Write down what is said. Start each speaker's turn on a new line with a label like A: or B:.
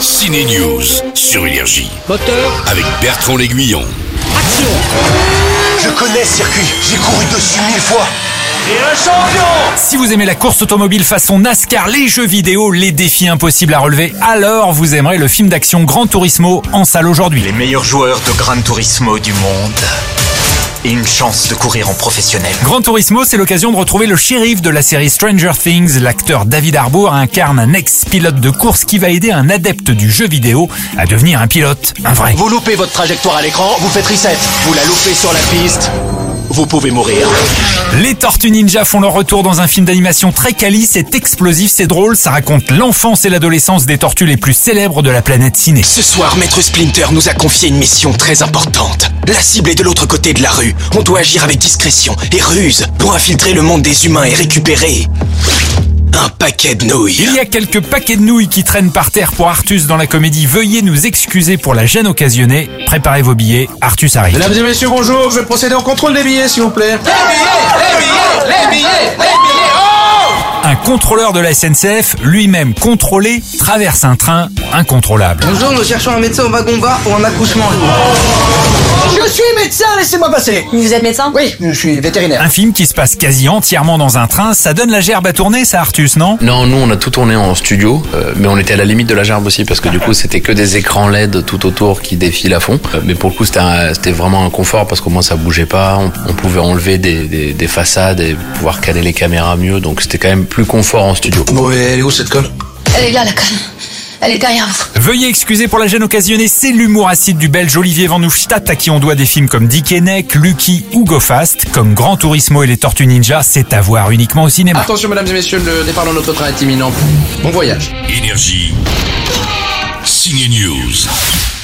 A: Ciné News sur Énergie
B: Moteur,
A: avec Bertrand L'Aiguillon.
B: action
C: Je connais ce circuit, j'ai couru dessus mille fois.
D: Si vous aimez la course automobile façon NASCAR, les jeux vidéo, les défis impossibles à relever, alors vous aimerez le film d'action Gran Turismo en salle aujourd'hui.
E: Les meilleurs joueurs de Gran Turismo du monde. Et une chance de courir en professionnel.
D: Gran Turismo, c'est l'occasion de retrouver le shérif de la série Stranger Things. L'acteur David Harbour incarne un ex-pilote de course qui va aider un adepte du jeu vidéo à devenir un pilote, un vrai.
C: Vous loupez votre trajectoire à l'écran, vous faites reset. Vous la loupez sur la piste, vous pouvez mourir.
D: Les Tortues Ninja font leur retour dans un film d'animation très quali, c'est explosif, c'est drôle, ça raconte l'enfance et l'adolescence des tortues les plus célèbres de la planète ciné.
C: Ce soir, Maître Splinter nous a confié une mission très importante. La cible est de l'autre côté de la rue. On doit agir avec discrétion et ruse pour infiltrer le monde des humains et récupérer un paquet de nouilles.
D: Il y a quelques paquets de nouilles qui traînent par terre pour Artus dans la comédie. Veuillez nous excuser pour la gêne occasionnée. Préparez vos billets, Artus arrive.
F: Mesdames et messieurs, bonjour. Je vais procéder au contrôle des billets, s'il vous plaît.
D: Un contrôleur de la SNCF, lui-même contrôlé, traverse un train incontrôlable.
G: Bonjour, nous cherchons un médecin au wagon bar pour un accouchement.
F: Je suis médecin, laissez-moi passer.
H: Vous êtes médecin
F: Oui, je suis vétérinaire.
D: Un film qui se passe quasi entièrement dans un train, ça donne la gerbe à tourner, ça, Artus, non
I: Non, nous on a tout tourné en studio, euh, mais on était à la limite de la gerbe aussi parce que du coup c'était que des écrans LED tout autour qui défilent à fond. Euh, mais pour le coup c'était un- c'était vraiment un confort parce qu'au moins ça bougeait pas, on, on pouvait enlever des, des- des façades et pouvoir caler les caméras mieux, donc c'était quand même plus confort en studio.
F: Bon, et elle est où cette conne
H: Elle est là, la conne. Elle est derrière vous.
D: Veuillez excuser pour la gêne occasionnée, c'est l'humour acide du belge Olivier Van Hoefstadt à qui on doit des films comme Dick Henneck, Lucky ou Go Fast. Comme Grand Turismo et les Tortues Ninja, c'est à voir uniquement au cinéma.
F: Attention, mesdames et messieurs, le départ de notre train est imminent. Bon voyage.
A: Énergie. Ciné News.